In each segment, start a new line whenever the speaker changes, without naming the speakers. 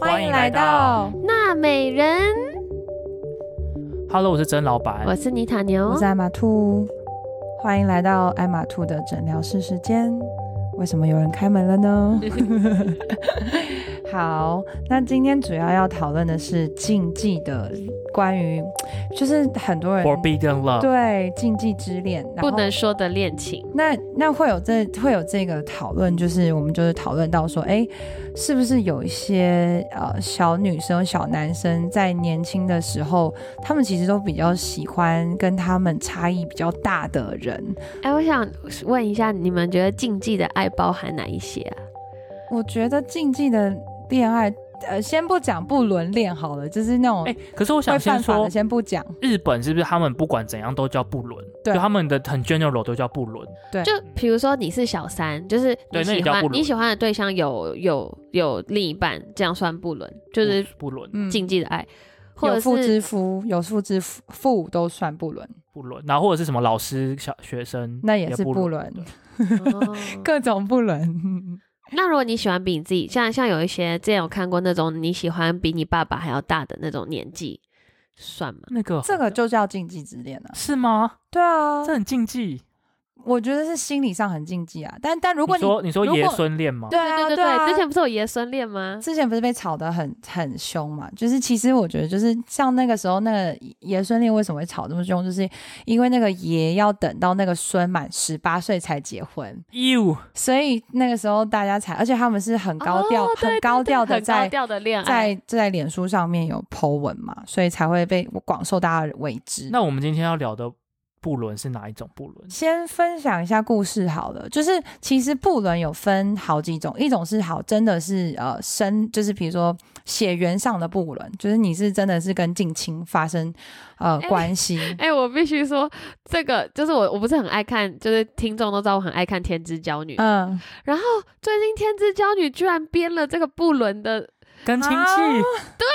欢迎来到
娜美人，
Hello，我是曾老板
我。是妮塔牛
我是。艾玛兔，欢迎来到艾玛兔的诊疗室时间。为什么有人开门了 呢？好，那今天主要要讨论的是禁忌的，关于就是很多人
Forbidden Love，
对禁忌之恋，然后
不能说的恋情，
那那会有这会有这个讨论，就是我们就是讨论到说，哎，是不是有一些呃小女生、小男生在年轻的时候，他们其实都比较喜欢跟他们差异比较大的人。
哎、我想问一下，你们觉得禁忌的爱包含哪一些啊？
我觉得禁忌的恋爱，呃，先不讲不伦恋好了，就是那种
哎、可是我
会
想先
犯法
说
的，，先不讲。
日本是不是他们不管怎样都叫不伦？
对
就他们的很 general 都叫不伦。
对
就比如说你是小三，就是你
对那也
喜
叫
欢
不伦
你喜欢的对象有有有另一半，这样算不伦，就是
不伦，
嗯
禁忌的爱，或
有
者
妇
是
之夫、有妇之夫父都算不伦，
不伦，然后或者是什么老师、小学生，
那也是
不
不伦
对
哦
各种不伦。
那如果你喜欢比你自己，像像有一些之前有看过那种你喜欢比你爸爸还要大的那种年纪，算吗？
那个
这个就叫禁忌之恋啊。
是吗？
对啊，
这很禁忌。
我觉得是心理上很禁忌啊。但但如果
你说你说
如果
爷孙恋吗？
对啊
对对
啊，
之前不是有爷孙恋吗？
之前不是被吵得很很凶嘛？就是其实我觉得，就是像那个时候，那个爷孙恋为什么会吵这么凶，就是因为那个爷要等到那个孙满十八岁才结婚，
，you
所以那个时候大家才，而且他们是很高调、
哦对
很高调
对
的
很高
在
调哎的恋爱，
在在脸书上面有 po 文嘛，所以才会被广受大家的为之。
那我们今天要聊的不伦是哪一种不伦？
先分享一下故事好了，就是其实不伦有分好几种，一种是好真的是呃生，就是比如说血缘上的不伦，就是你是真的是跟近亲发生呃、
哎
关系，
哎、我必须说，这个就是我，我不是很爱看，就是听众都知道我很爱看《天之娇女》
嗯，
然后最近《天之娇女》居然编了这个不伦的，
跟亲戚、
啊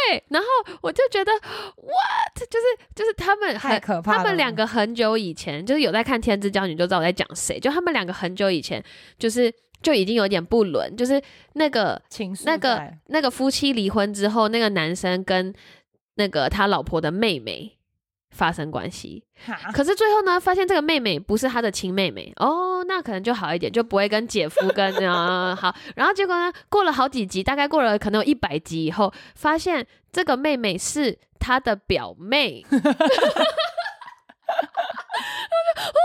对，然后我就觉得 what，就是就是他们
太
很。
可怕了。
他们两个很久以前，就是有在看《天之娇女》就知道我在讲谁。就他们两个很久以前，就是就已经有点不伦，就是那个
情愫
那个
在
那个夫妻离婚之后，那个男生跟那个他老婆的妹妹发生关系，
哈
可是最后呢，发现这个妹妹不是他的亲妹妹哦，那可能就好一点，就不会跟姐夫跟啊、好。然后结果呢，过了好几集，大概过了可能有一百集以后，发现这个妹妹是他的表妹。他就哦，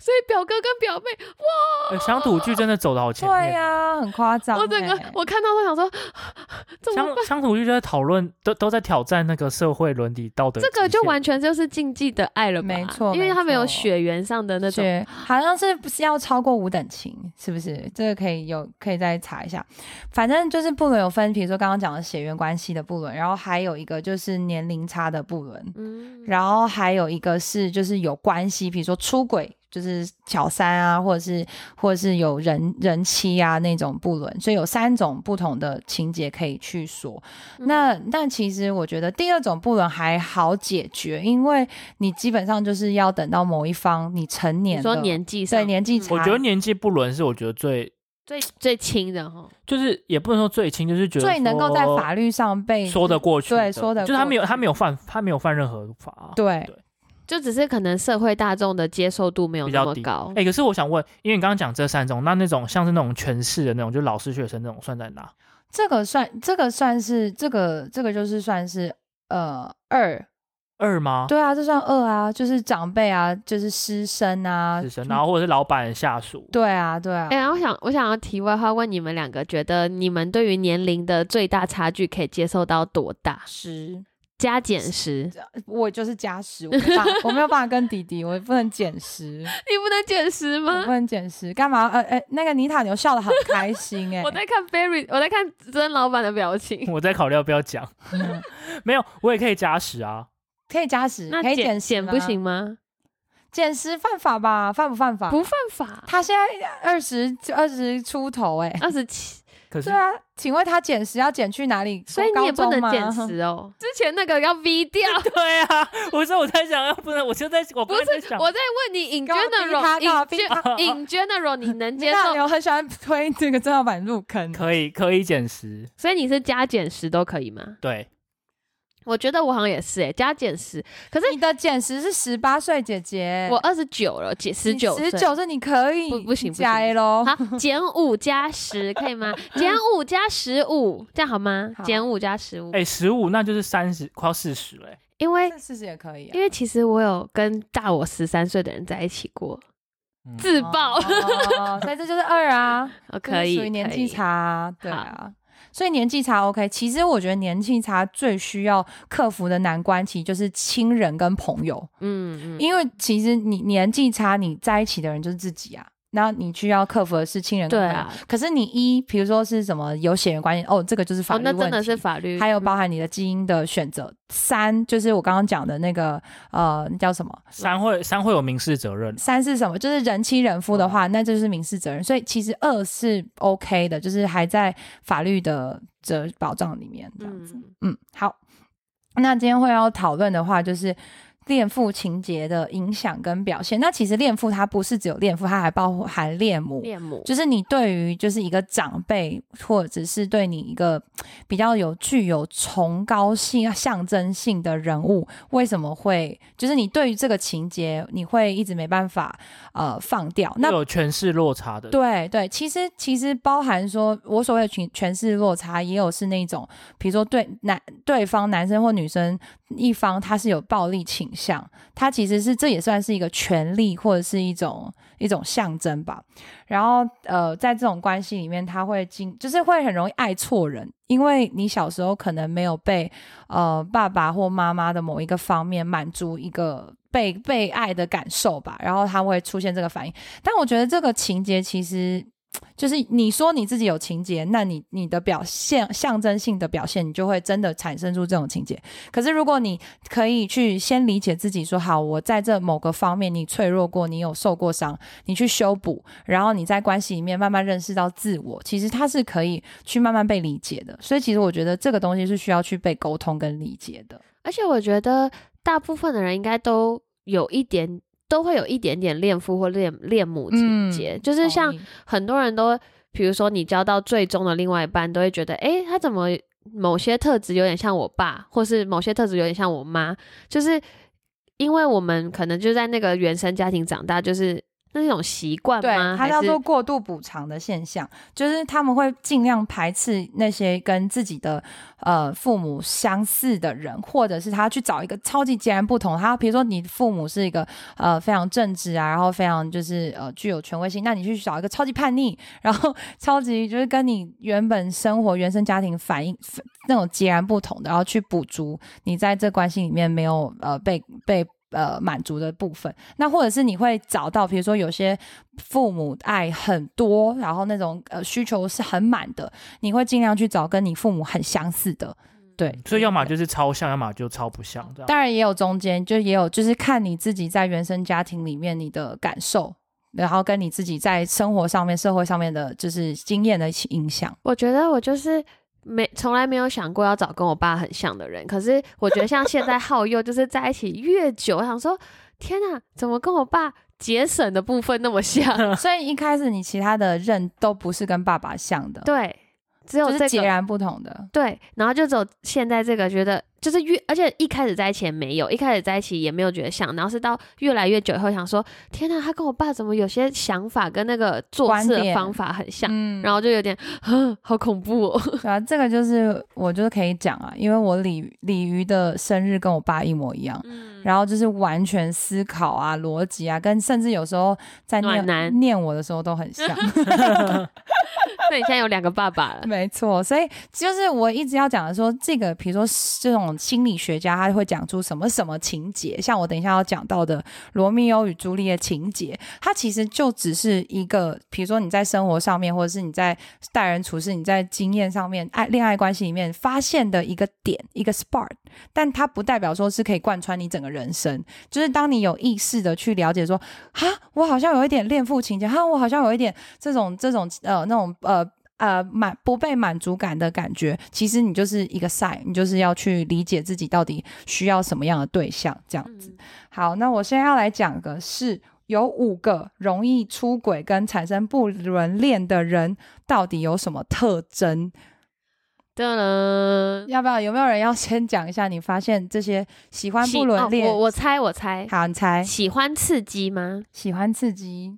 所以表哥跟表妹，哇，
呃乡土剧真的走的好前
对
面。
呀、很夸张、欸。
我整个我看到都想说，怎么
乡乡土剧就在讨论，都都在挑战那个社会伦理道德。
这个就，完全就是禁忌的爱了吧？
没错
因为他们有
没错
血缘上的那种。
是好像是不是要超过五等亲，是不是？这个可以有可以再查一下。反正就是不伦有分，比如说刚刚讲的血缘关系的不伦，然后还有一个就是年龄差的不伦，
嗯，
然后还有一个是就是有关系，比如说出轨，就是小三啊，或者是或者是有人人妻啊那种不伦，所以有三种不同的情节可以去说。
嗯
那但其实我觉得第二种不伦还好解决，因为你基本上就是要等到某一方你成年
你说
了
年纪上，嗯
对年纪差，
我觉得年纪不伦是我觉得最，
最最轻的哈，
就是也不能说最轻，就是觉得
最能够在
说
法律上被
说得过去的，
对说得
就是他
过
没有
去
他没有犯他没有犯任何法啊。
对
就只是可能社会大众的接受度没有
比
那
较
么
低
高。
哎、可是我想问，因为你刚刚讲这三种，那那种像是那种权势的那种，就老师学生那种，算在哪？
这个算这个算是这个这个就是算是呃二
二吗？
对啊，这算恶啊，就是长辈啊，就是师生啊，
是神，然后或者是老板下属，
对啊，对啊，
哎、然后我想我想要题外话问你们两个，觉得你们对于年龄的最大差距可以接受到多大？
十，
加减 十，你
我就是加十，我没办法，我没有办法跟弟弟，我不能减十，
不能减十
我不
吗？
能减十，干嘛？呃呃，那个妮塔牛笑得很开心哎、
我在看 Berry，我在看曾老板的表
嗯
情。
我在考虑要不要讲。 没有，我也可以加十啊。
可以加十，
那
可以
减
减十
减
吗
不，行吗？
减十犯法吧？犯不犯法？
不犯法，啊
他现在二十二十出头哎、
二十七
可是
对啊，请问他减十要减去哪里？
所以你也不
高中
能
吗
减。 持哦。之前那个要 V 掉，
对啊，我说我在想，要不然我就在我
不
刚才在
是
想，
我在问你 in
干嘛逼他干嘛逼
general，in
他
in general 你能接
那
受？
我很喜欢推这个正要版入坑，
可以可以减十，
所以你是加减十都可以吗？
对，
我觉得我好像也是诶、欸加减十，可是
你的减十是十八岁姐姐，
我二十九了，减十九
十九岁你可以
不不行不行
加 A 喽。
好，减五加十可以吗？减五加十五，这样好吗
好？
减五加十五，
哎，十五那就是三十，快要四十了欸。
因为
四十也可以、啊，
哎因为其实我有跟大我十三岁的人在一起过，
嗯
自爆、
哦，所以这就是二啊，
哦
就是
可以，
属于年
可
纪
以
差啊，对啊。所以年纪差 OK，其实我觉得年纪差最需要克服的难关，其实就是亲人跟朋友，
嗯嗯，
因为其实你年纪差，你在一起的人就是自己啊，然后你需要克服的是亲人跟
对
朋友。
啊，
可是你一，比如说是什么有血缘关系，哦，这个就是法
哦，
律
那
问题，
真的是法律，嗯
还有包含你的基因的选择。三就是我刚刚讲的那个呃，那叫什么？
三会三会有民事责任，
三是什么？就是人妻人夫的话，那就是民事责任。所以其实二是 OK 的，就是还在法律的责保障里面这样子。
嗯
嗯好。那今天会要讨论的话，就是恋父情节的影响跟表现。那其实恋父它不是只有恋父，它还包含恋母。
恋母，
就是你对于就是一个长辈，或者是对你一个比较有具有崇高性、象征性的人物，为什么会就是你对于这个情节，你会一直没办法呃放掉？那
会有权势落差的，
对对，其实其实包含说，我所谓的权权势落差，也有是那种，比如说对男对方男生或女生一方他是有暴力倾向，他其实是这也算是一个权利或者是一种一种象征吧。然后呃，在这种关系里面，他会经就是会很容易爱错人，因为你小时候可能没有被呃爸爸或妈妈的某一个方面满足一个。被被爱的感受吧，然后他会出现这个反应，但我觉得这个情节其实就是你说你自己有情节，那你你的表现象征性的表现，你就会真的产生出这种情节。可是如果你可以去先理解自己说，好，我在这某个方面你脆弱过，你有受过伤，你去修补，然后你在关系里面慢慢认识到自我，其实它是可以去慢慢被理解的。所以其实我觉得这个东西是需要去被沟通跟理解的。
而且我觉得大部分的人应该都有一点，都会有一点点恋父或恋恋母情节，就是像
嗯同意
很多人都，比如说你交到最终的另外一半，都会觉得，诶，他怎么某些特质有点像我爸，或是某些特质有点像我妈，就是因为我们可能就在那个原生家庭长大，就是那是一种习惯
对
吗？，
它
还
叫
是
做过度补偿的现象，就是他们会尽量排斥那些跟自己的呃父母相似的人，或者是他去找一个超级截然不同。他比如说你父母是一个呃非常正直啊，然后非常就是呃具有权威性，那你去找一个超级叛逆，然后超级就是跟你原本生活原生家庭反应那种截然不同的，然后去补足你在这关系里面没有呃被被。呃，满足的部分，那或者是你会找到，比如说有些父母爱很多，然后那种呃需求是很满的，你会尽量去找跟你父母很相似的，对。
所以要么就是超像，要么就超不像，这样。
当然也有中间，就也有就是看你自己在原生家庭里面你的感受，然后跟你自己在生活上面、社会上面的就是经验的影响。
我觉得我就是没从来没有想过要找跟我爸很像的人，可是我觉得像现在浩佑就是在一起越久，我想说天哪，怎么跟我爸节省的部分那么像？
所以一开始你其他的认都不是跟爸爸像的，
对，只有
就
这
是截
个
然不同的。
对，然后就走现在这个，觉得就是越，而且一开始在一起也没有，一开始在一起也没有觉得像，然后是到越来越久以后，想说天呐，他跟我爸怎么有些想法跟那个做
观
事的
点
方法很像，
嗯
然后就有点，呵好恐怖哦。
对啊，这个就是我就是可以讲啊，因为我鲤鲤鱼的生日跟我爸一模一样，
嗯
然后就是完全思考啊、逻辑啊，跟甚至有时候在
暖男
念念我的时候都很 像，
那你现在有两个爸爸了，
没错。所以就是我一直要讲的说，这个比如说这种心理学家他会讲出什么什么情节，像我等一下要讲到的《罗密欧与朱丽叶》情节，它其实就只是一个，比如说你在生活上面，或者是你在待人处事、你在经验上面、爱恋爱关系里面发现的一个点，一个 spark，但它不代表说是可以贯穿你整个人生。就是当你有意识的去了解说，哈，我好像有一点恋父情节，哈，我好像有一点这种这种呃那种呃呃满不被满足感的感觉，其实你就是一个赛，你就是要去理解自己到底需要什么样的对象，这
嗯
样子。好，那我现在要来讲的是有五个容易出轨跟产生不伦恋的人到底有什么特征？
噔嗯噔，
要不要？有没有人要先讲一下？你发现这些喜欢
喜
不伦恋？
哦我我猜我猜，
好，你猜
喜欢刺激吗？
喜欢刺激，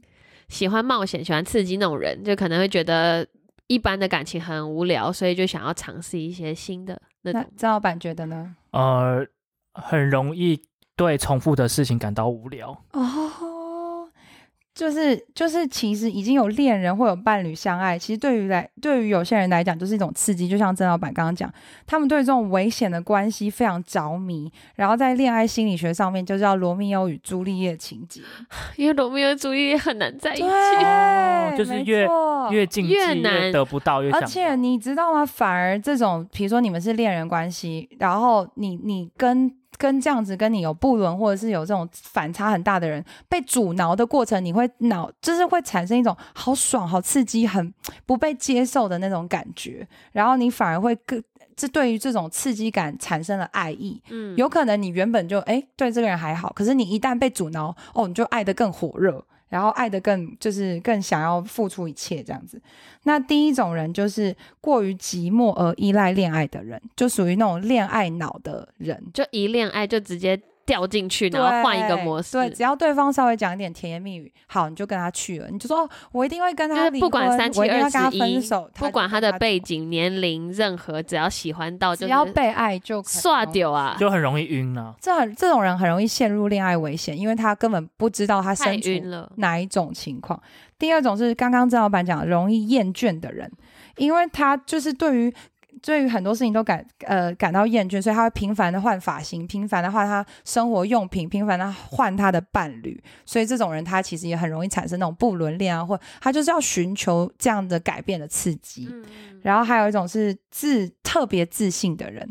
喜欢冒险、喜欢刺激那种人，就可能会觉得一般的感情很无聊，所以就想要尝试一些新的那
那
种。
张老板觉得呢？
呃，很容易对重复的事情感到无聊。
哦，就是就是，其实已经有恋人或有伴侣相爱，其实对于来对于有些人来讲，就是一种刺激。就像曾老板刚刚讲，他们对这种危险的关系非常着迷，然后在恋爱心理学上面就叫罗密欧与朱丽叶情节。
因为罗密欧主义很难在一起，
哦就是
没
越
错
越禁忌
越难
越得不到，越想
而
要
且你知道吗？反而这种，比如说你们是恋人关系，然后你你跟跟这样子跟你有不伦，或者是有这种反差很大的人，被阻挠的过程，你会脑就是会产生一种好爽、好刺激、很不被接受的那种感觉，然后你反而会更。这对于这种刺激感产生了爱意，
嗯，
有可能你原本就哎对这个人还好，可是你一旦被阻挠，哦，你就爱得更火热，然后爱得更就是更想要付出一切这样子。那第一种人就是过于寂寞而依赖恋爱的人，就属于那种恋爱脑的人。
就一恋爱就直接掉进去，然后换一个模式，
对，对只要对方稍微讲一点甜言蜜语，好，你就跟他去了，你就说哦我一定会跟
就
他
是
离婚，
不管三七
我一定要
二
跟他
十一
分手，，他
不
就
管
跟
他的
走
背，景、年龄，任何只要喜欢到就
只
是
要被爱就可以
刷
了
掉啊，
就很容易晕啊。
这很这种人很容易陷入恋爱危险，因为他根本不知道他
太
身处
晕了。
哪一种情况。第二种是刚刚郑老板讲的容易厌倦的人，因为他就是对于。对于很多事情都感呃感到厌倦，所以他会频繁的换发型，频繁的换他生活用品，频繁的换他的伴侣，所以这种人他其实也很容易产生那种不伦恋啊，或他就是要寻求这样的改变的刺激。
嗯，
然后还有一种是自特别自信的人，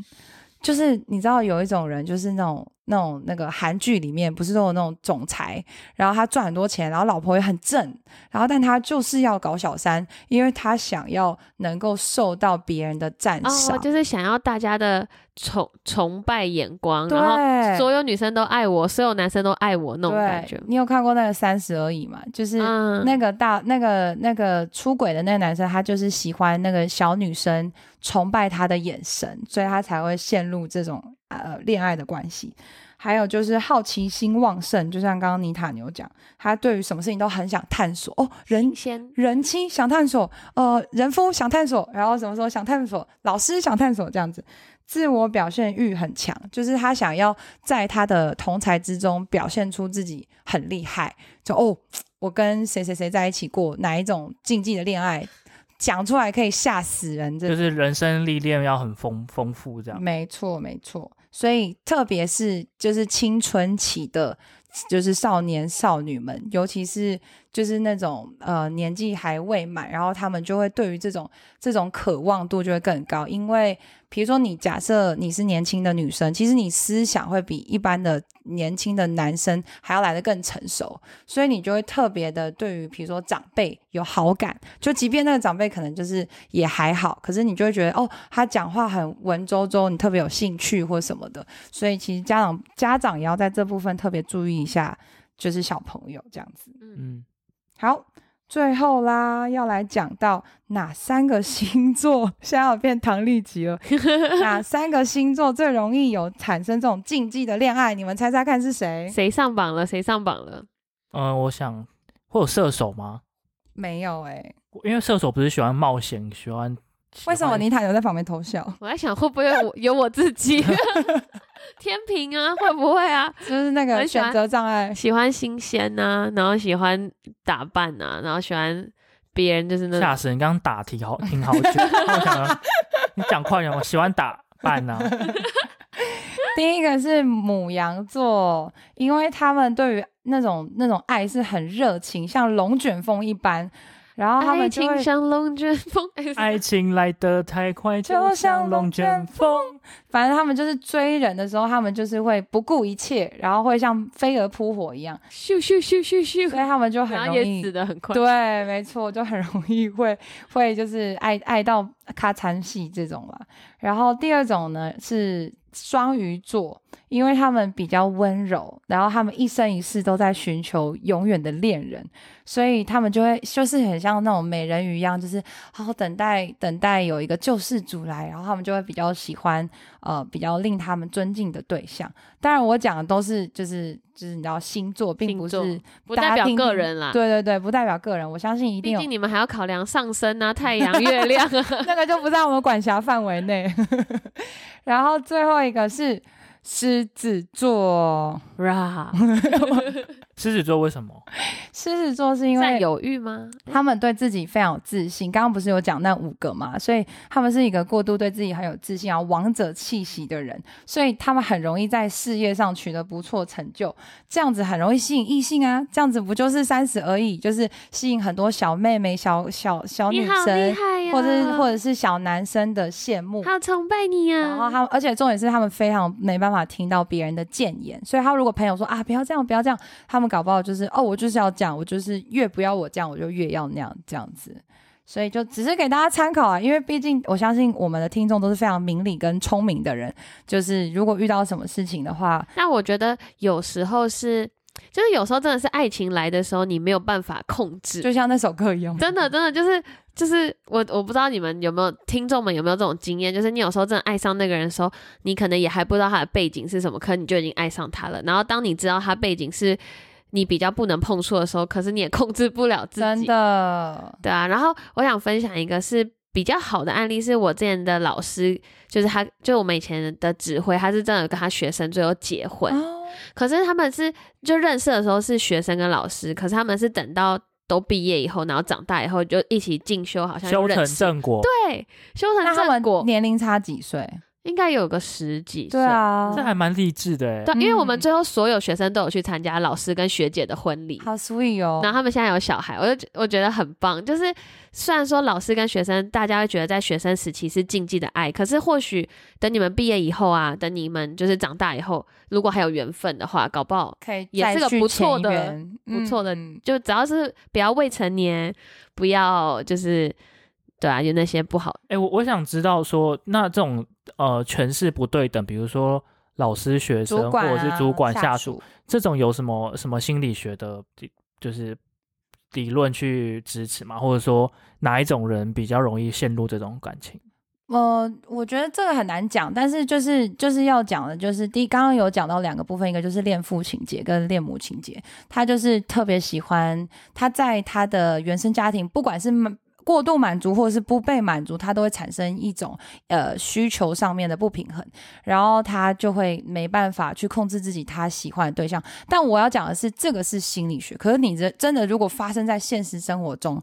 就是你知道有一种人，就是那种那种那个韩剧里面不是都有那种总裁，然后他赚很多钱，然后老婆也很正，然后但他就是要搞小三，因为他想要能够受到别人的赞赏。
哦，就是想要大家的崇崇拜眼光，然后
对，
所有女生都爱我，所有男生都爱我那种感觉
对，。你有看过那个《三十而已》吗？就是
嗯，
那个大那个那个出轨的那个男生，他就是喜欢那个小女生，崇拜她的眼神，所以他才会陷入这种呃恋爱的关系。还有就是好奇心旺盛，就像刚刚妮塔牛讲，他对于什么事情都很想探索哦，人
新鲜，
人妻想探索，呃，人夫想探索，然后什么时候想探索，老师想探索这样子。自我表现欲很强，就是他想要在他的同才之中表现出自己很厉害，就哦，我跟谁谁谁在一起过哪一种禁忌的恋爱，讲出来可以吓死人，这
就是人生历练要很丰丰富，这样
没错，没错。所以，特别是就是青春期的，就是少年少女们，尤其是就是那种呃年纪还未满，然后他们就会对于这种这种渴望度就会更高。因为比如说，你假设你是年轻的女生，其实你思想会比一般的年轻的男生还要来得更成熟，所以你就会特别的对于比如说长辈有好感，就即便那个长辈可能就是也还好，可是你就会觉得哦，他讲话很文绉绉，你特别有兴趣或什么的。所以其实家长家长也要在这部分特别注意一下，就是小朋友这样子。
嗯，
好，最后啦，要来讲到哪三个星座，现在要变 唐立吉了。哪三个星座最容易有产生这种禁忌的恋爱？你们猜猜看是谁？
谁上榜了？谁上榜了？
呃，我想会有射手吗？
没有哎、
因为射手不是喜欢冒险，喜欢
为什么？
喜
妮塔有在旁边偷笑？
我在想会不会有我有我自 己 天平啊？会不会啊？
就是那个
很喜欢
选择障碍。
喜欢新鲜呐、然后喜欢打扮呐、然后喜欢别人就是
欢
那种
吓死人？刚刚打题好听好久， 我想说你讲快点，我喜欢打扮啊，
第一个是母羊座，因为他们对于那种那种爱是很热情，像龙卷风一般。然后他
爱
们就
情
会
像哎龙卷风，
爱情来得太快，就像龙卷风。
反正他们就是追人的时候，他们就是会不顾一切，然后会像飞蛾扑火一样，
咻咻咻咻
所
咻，
以他们就 很
然后
容
也
易
死的很快。
对，没错，就很容易会会就是爱爱到咔嚓戏这种啦。然后第二种呢是双鱼座，因为他们比较温柔，然后他们一生一世都在寻求永远的恋人，所以他们就会就是很像那种美人鱼一样，就是好等待等待有一个救世主来，然后他们就会比较喜欢呃比较令他们尊敬的对象。当然，我讲的都是就是就是你知道星座，并
星
不
座
是
不
大
代
家
表
听
个
听
人啦。
对对对，不代表个人，我相信一定
毕
有
竟你们还要考量上升啊、太阳、月亮 啊。
那个就不在我们管辖范围内。 然后最后一个是狮子座，
ra
狮子座为什么？
狮子座是因
占
为
有欲吗？
他们对自己非常有自信，刚刚不是有讲那五个嘛，所以他们是一个过度对自己很有自信，然后王者气息的人，所以他们很容易在事业上取得不错成就，这样子很容易吸引异性啊，这样子不就是三十而已，就是吸引很多小妹妹、小小小
你
女
好厉
生，
害啊呀、
或者是或者是小男生的羡慕，
好崇拜你啊呀、
然后他们，而且重点是他们非常没办法听到别人的谏言，所以他如果朋友说啊不要这样不要这样，他们搞不好就是哦我就是要这样，我就是越不要我这样我就越要那样这样子，所以就只是给大家参考啊，因为毕竟我相信我们的听众都是非常明理跟聪明的人，就是如果遇到什么事情的话，
那我觉得有时候是，就是有时候真的是爱情来的时候，你没有办法控制。
就像那首歌一样，
真的，真的就是就是我，我不知道你们有没有听众们有没有这种经验，就是你有时候真的爱上那个人的时候，你可能也还不知道他的背景是什么，可你就已经爱上他了。然后当你知道他背景是你比较不能碰触的时候，可是你也控制不了自己。
真的，
对啊，然后我想分享一个是比较好的案例，是我之前的老师，就是他，就我们以前的指挥，他是真的有跟他学生最后结婚，
哦
可是他们是就认识的时候是学生跟老师，可是他们是等到都毕业以后，然后长大以后就一起进修，好像就
修成
认识，
正果，
对，啊修
那他
成正
们
果
年龄差几岁？
应该有个十几岁，
对啊
这，还蛮励志的哎
对。啊，因为我
嗯
们最后所有学生都有去参加老师跟学姐的婚礼，
好 sweet 哦
然，后他们现在有小孩，我就觉我觉得很棒。就是虽然说老师跟学生，大家会觉得在学生时期是禁忌的爱，可是或许等你们毕业以后啊，等你们就是长大以后，如果还有缘分的话，搞不好
可以
也
再
是个
续
不错
前
的
缘
不错的
嗯
就只要是不要未成年，不要就是对啊，有那些不好。
哎，我我想知道说，那这种呃权势不对等，比如说老师、学生、
主管、啊、
或者是主管、
下
下属，，这种有什么什么心理学的，就是理论去支持吗？或者说哪一种人比较容易陷入这种感情？
呃，我觉得这个很难讲，但是就是就是要讲的，就是第一，刚刚有讲到两个部分，一个就是恋父情节跟恋母情节，他就是特别喜欢他在他的原生家庭，不管是满过度满足或是不被满足，他都会产生一种呃需求上面的不平衡，然后他就会没办法去控制自己他喜欢的对象。但我要讲的是，这个是心理学，可是你这真的如果发生在现实生活中，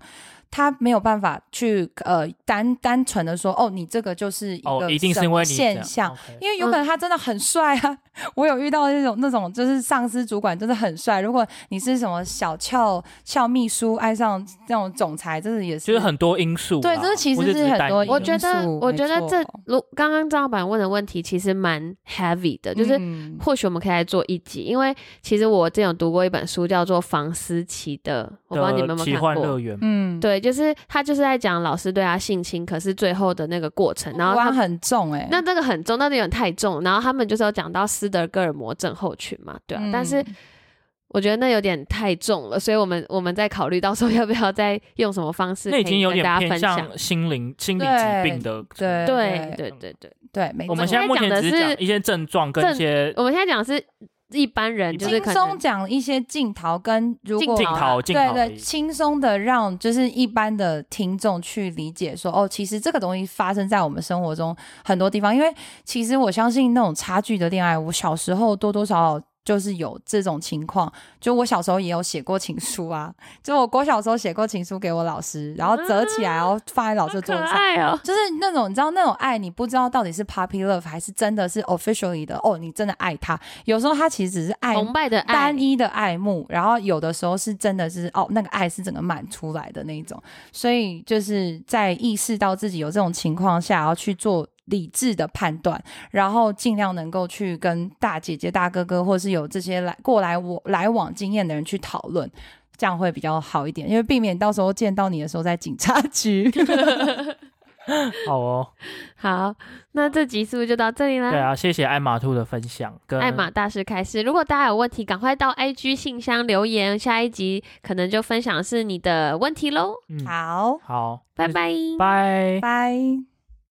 他没有办法去呃单单纯的说哦，你这个就是一个、
哦，一定是因为你哦
现象。，因
嗯
为有可能他真的很帅啊，我有遇到那种那种就是上司主管真的很帅。如果你是什么小俏俏秘书爱上那种总裁，这是也是
就是很多因素啦。
对这其实
不是
是
只
很
单
多
一
我
因
觉得，
素
我
没
觉得这
错
如刚刚张老板问的问题，其实蛮 heavy 的，就是
嗯
或许我们可以来做一集，因为其实我之前有读过一本书，叫做《房思琪的》，我不知道你们有
的
没
奇
有
幻
看
乐
过。
园，
嗯，
对，就是他就是在讲老师对他性侵，可是最后的那个过程，然后
弯
他
很重哎、
那这个很重，那有点太重。然后他们就是有讲到斯德哥尔摩症候群嘛，对啊，但是
嗯
我觉得那有点太重了，所以我们我们在考虑到时候要不要再用什么方式可
那已经
以
有
跟
点
大家
偏
分享。
向心灵心理疾病的。
对
对
对
对对对，
对，没
我们
错
现在目前只是
我
讲
们现在讲的是哦
一些症状跟一些
我们现在讲的是一般人，就是
轻
可
松
能
讲一些镜头跟如
镜
果
头
镜
啊
头镜
对
头
对，轻松的让就是一般的听众去理解说，哦，其实这个东西发生在我们生活中很多地方，因为其实我相信那种差距的恋爱，我小时候多多少少。就是有这种情况，就我小时候也有写过情书啊， 就我国小时候写过情书给我老师，然后折起来，然后放在老师
好
桌
可
子上，
爱哦、
就是那种你知道那种爱，你不知道到底是 puppy love 还是真的是 officially 的哦，你真的爱他。有时候他其实只是爱
崇拜的爱
单，一的爱慕，然后有的时候是真的是哦，那个爱是整个满出来的那一种。所以就是在意识到自己有这种情况下，要去做。理智的判断，然后尽量能够去跟大姐姐、大哥哥，或是有这些来过来我来往经验的人去讨论，这样会比较好一点，因为避免到时候见到你的时候在警察局。
好哦，
好，那这集是不是就到这里啦？
对啊，谢谢艾玛兔的分享，跟
爱马大师开始。如果大家有问题，赶快到 IG 信箱留言，下一集可能就分享是你的问题喽。
嗯，
好，
好，
拜拜，
拜。
拜。